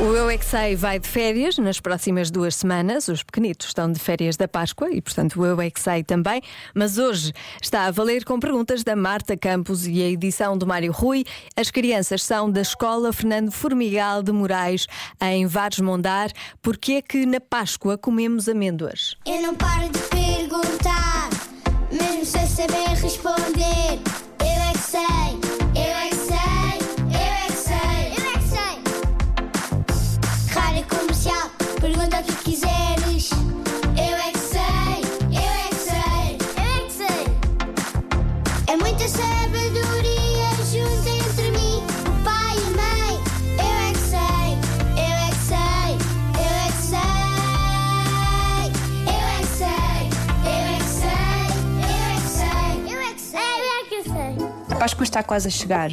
O Eu é que Sei vai de férias nas próximas duas semanas. Os pequenitos estão de férias da Páscoa e, portanto, o Eu é que Sei também. Mas hoje está a valer com perguntas da Marta Campos e a edição do Mário Rui. As crianças são da Escola Fernando Formigal de Moraes, em Vares Mondar. Porquê é que na Páscoa comemos amêndoas? Eu não paro de perguntar, mesmo sem saber responder. Eu é que sei, eu é que sei, eu é que sei, eu é que sei. Rádio comercial, pergunta o que quiseres. Eu é que sei, eu é que sei, eu é que sei. É E muita sabedoria junto entre mim, o pai e a mãe. Eu é que sei, eu é que sei, e eu é que sei. Eu é que sei, eu é que e sei, eu é que sei, eu é que sei, eu é que sei. A Páscoa está quase a chegar.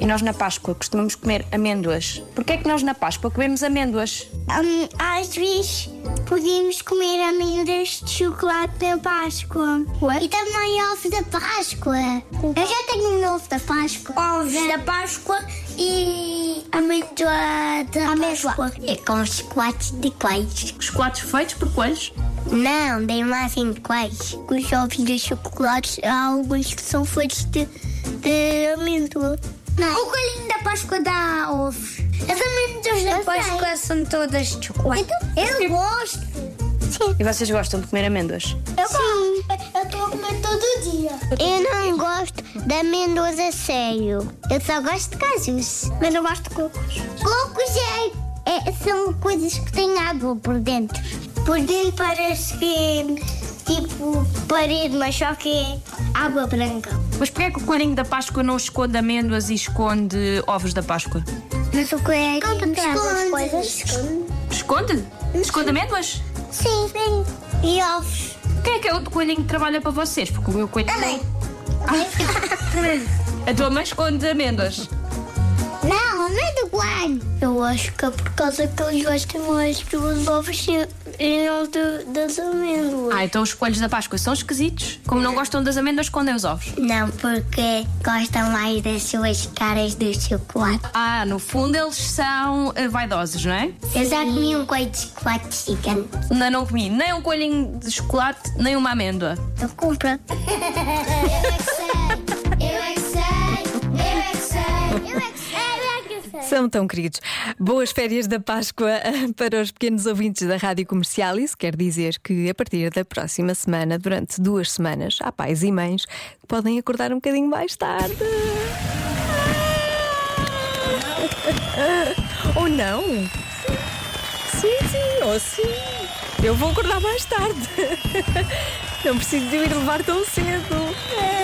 E nós na Páscoa costumamos comer amêndoas. Porquê é que nós na Páscoa comemos amêndoas? Hum, às vezes podíamos comer amêndoas de chocolate na Páscoa. E também ovos da Páscoa. Eu já tenho um ovo da Páscoa. Ovos da Páscoa e amêndoa da Páscoa. É com chocolate de queijo. Chocolates feitos por coelhos? Não, tem mais em quais. Os ovos de chocolate, há alguns que são feitos de, de amêndoa. O coelhinho da Páscoa dá ovos. As amêndoas da Páscoa são todas de chocolate. Então, eu gosto. Sim. E vocês gostam de comer amêndoas? Eu gosto. Eu estou a comer todo dia. Eu não gosto de amêndoas a sério. Eu só gosto de cajus. Mas não gosto de cocos. Cocos é, é- são coisas que têm água por dentro. Por dentro parece que é, tipo parede, mas só que é água branca. Mas porquê é que o coelhinho da Páscoa não esconde amêndoas e esconde ovos da Páscoa? Mas o que é que coisas? Esconde? Esconde amêndoas? Sim, sim. E ovos. Quem é que é o coelhinho que trabalha para vocês? Porque o meu coelhinho. Ah. A tua mãe esconde amêndoas. Não, não é do guano. Eu acho que é por causa que eles gostam mais dos ovos e- e não do, das amêndoas. Ah, então os coelhos da Páscoa são esquisitos. Como não gostam das amêndoas, escondem os ovos. Não, porque gostam mais das suas caras do chocolate. Ah, no fundo eles são eh, vaidosos, não é? Eu já comi um coelho de chocolate chicken. Ainda não comi nem um coelhinho de chocolate, nem uma amêndoa. Eu compro. Eu é que sei, eu é que sei, eu é que sei, eu é que sei. São tão queridos. Boas férias da Páscoa para os pequenos ouvintes da Rádio Comercial. Isso quer dizer que a partir da próxima semana, durante duas semanas, há pais e mães que podem acordar um bocadinho mais tarde. Ah! Ou não? Sim, sim, ou sim. Eu vou acordar mais tarde. Não preciso de o ir levar tão cedo. É.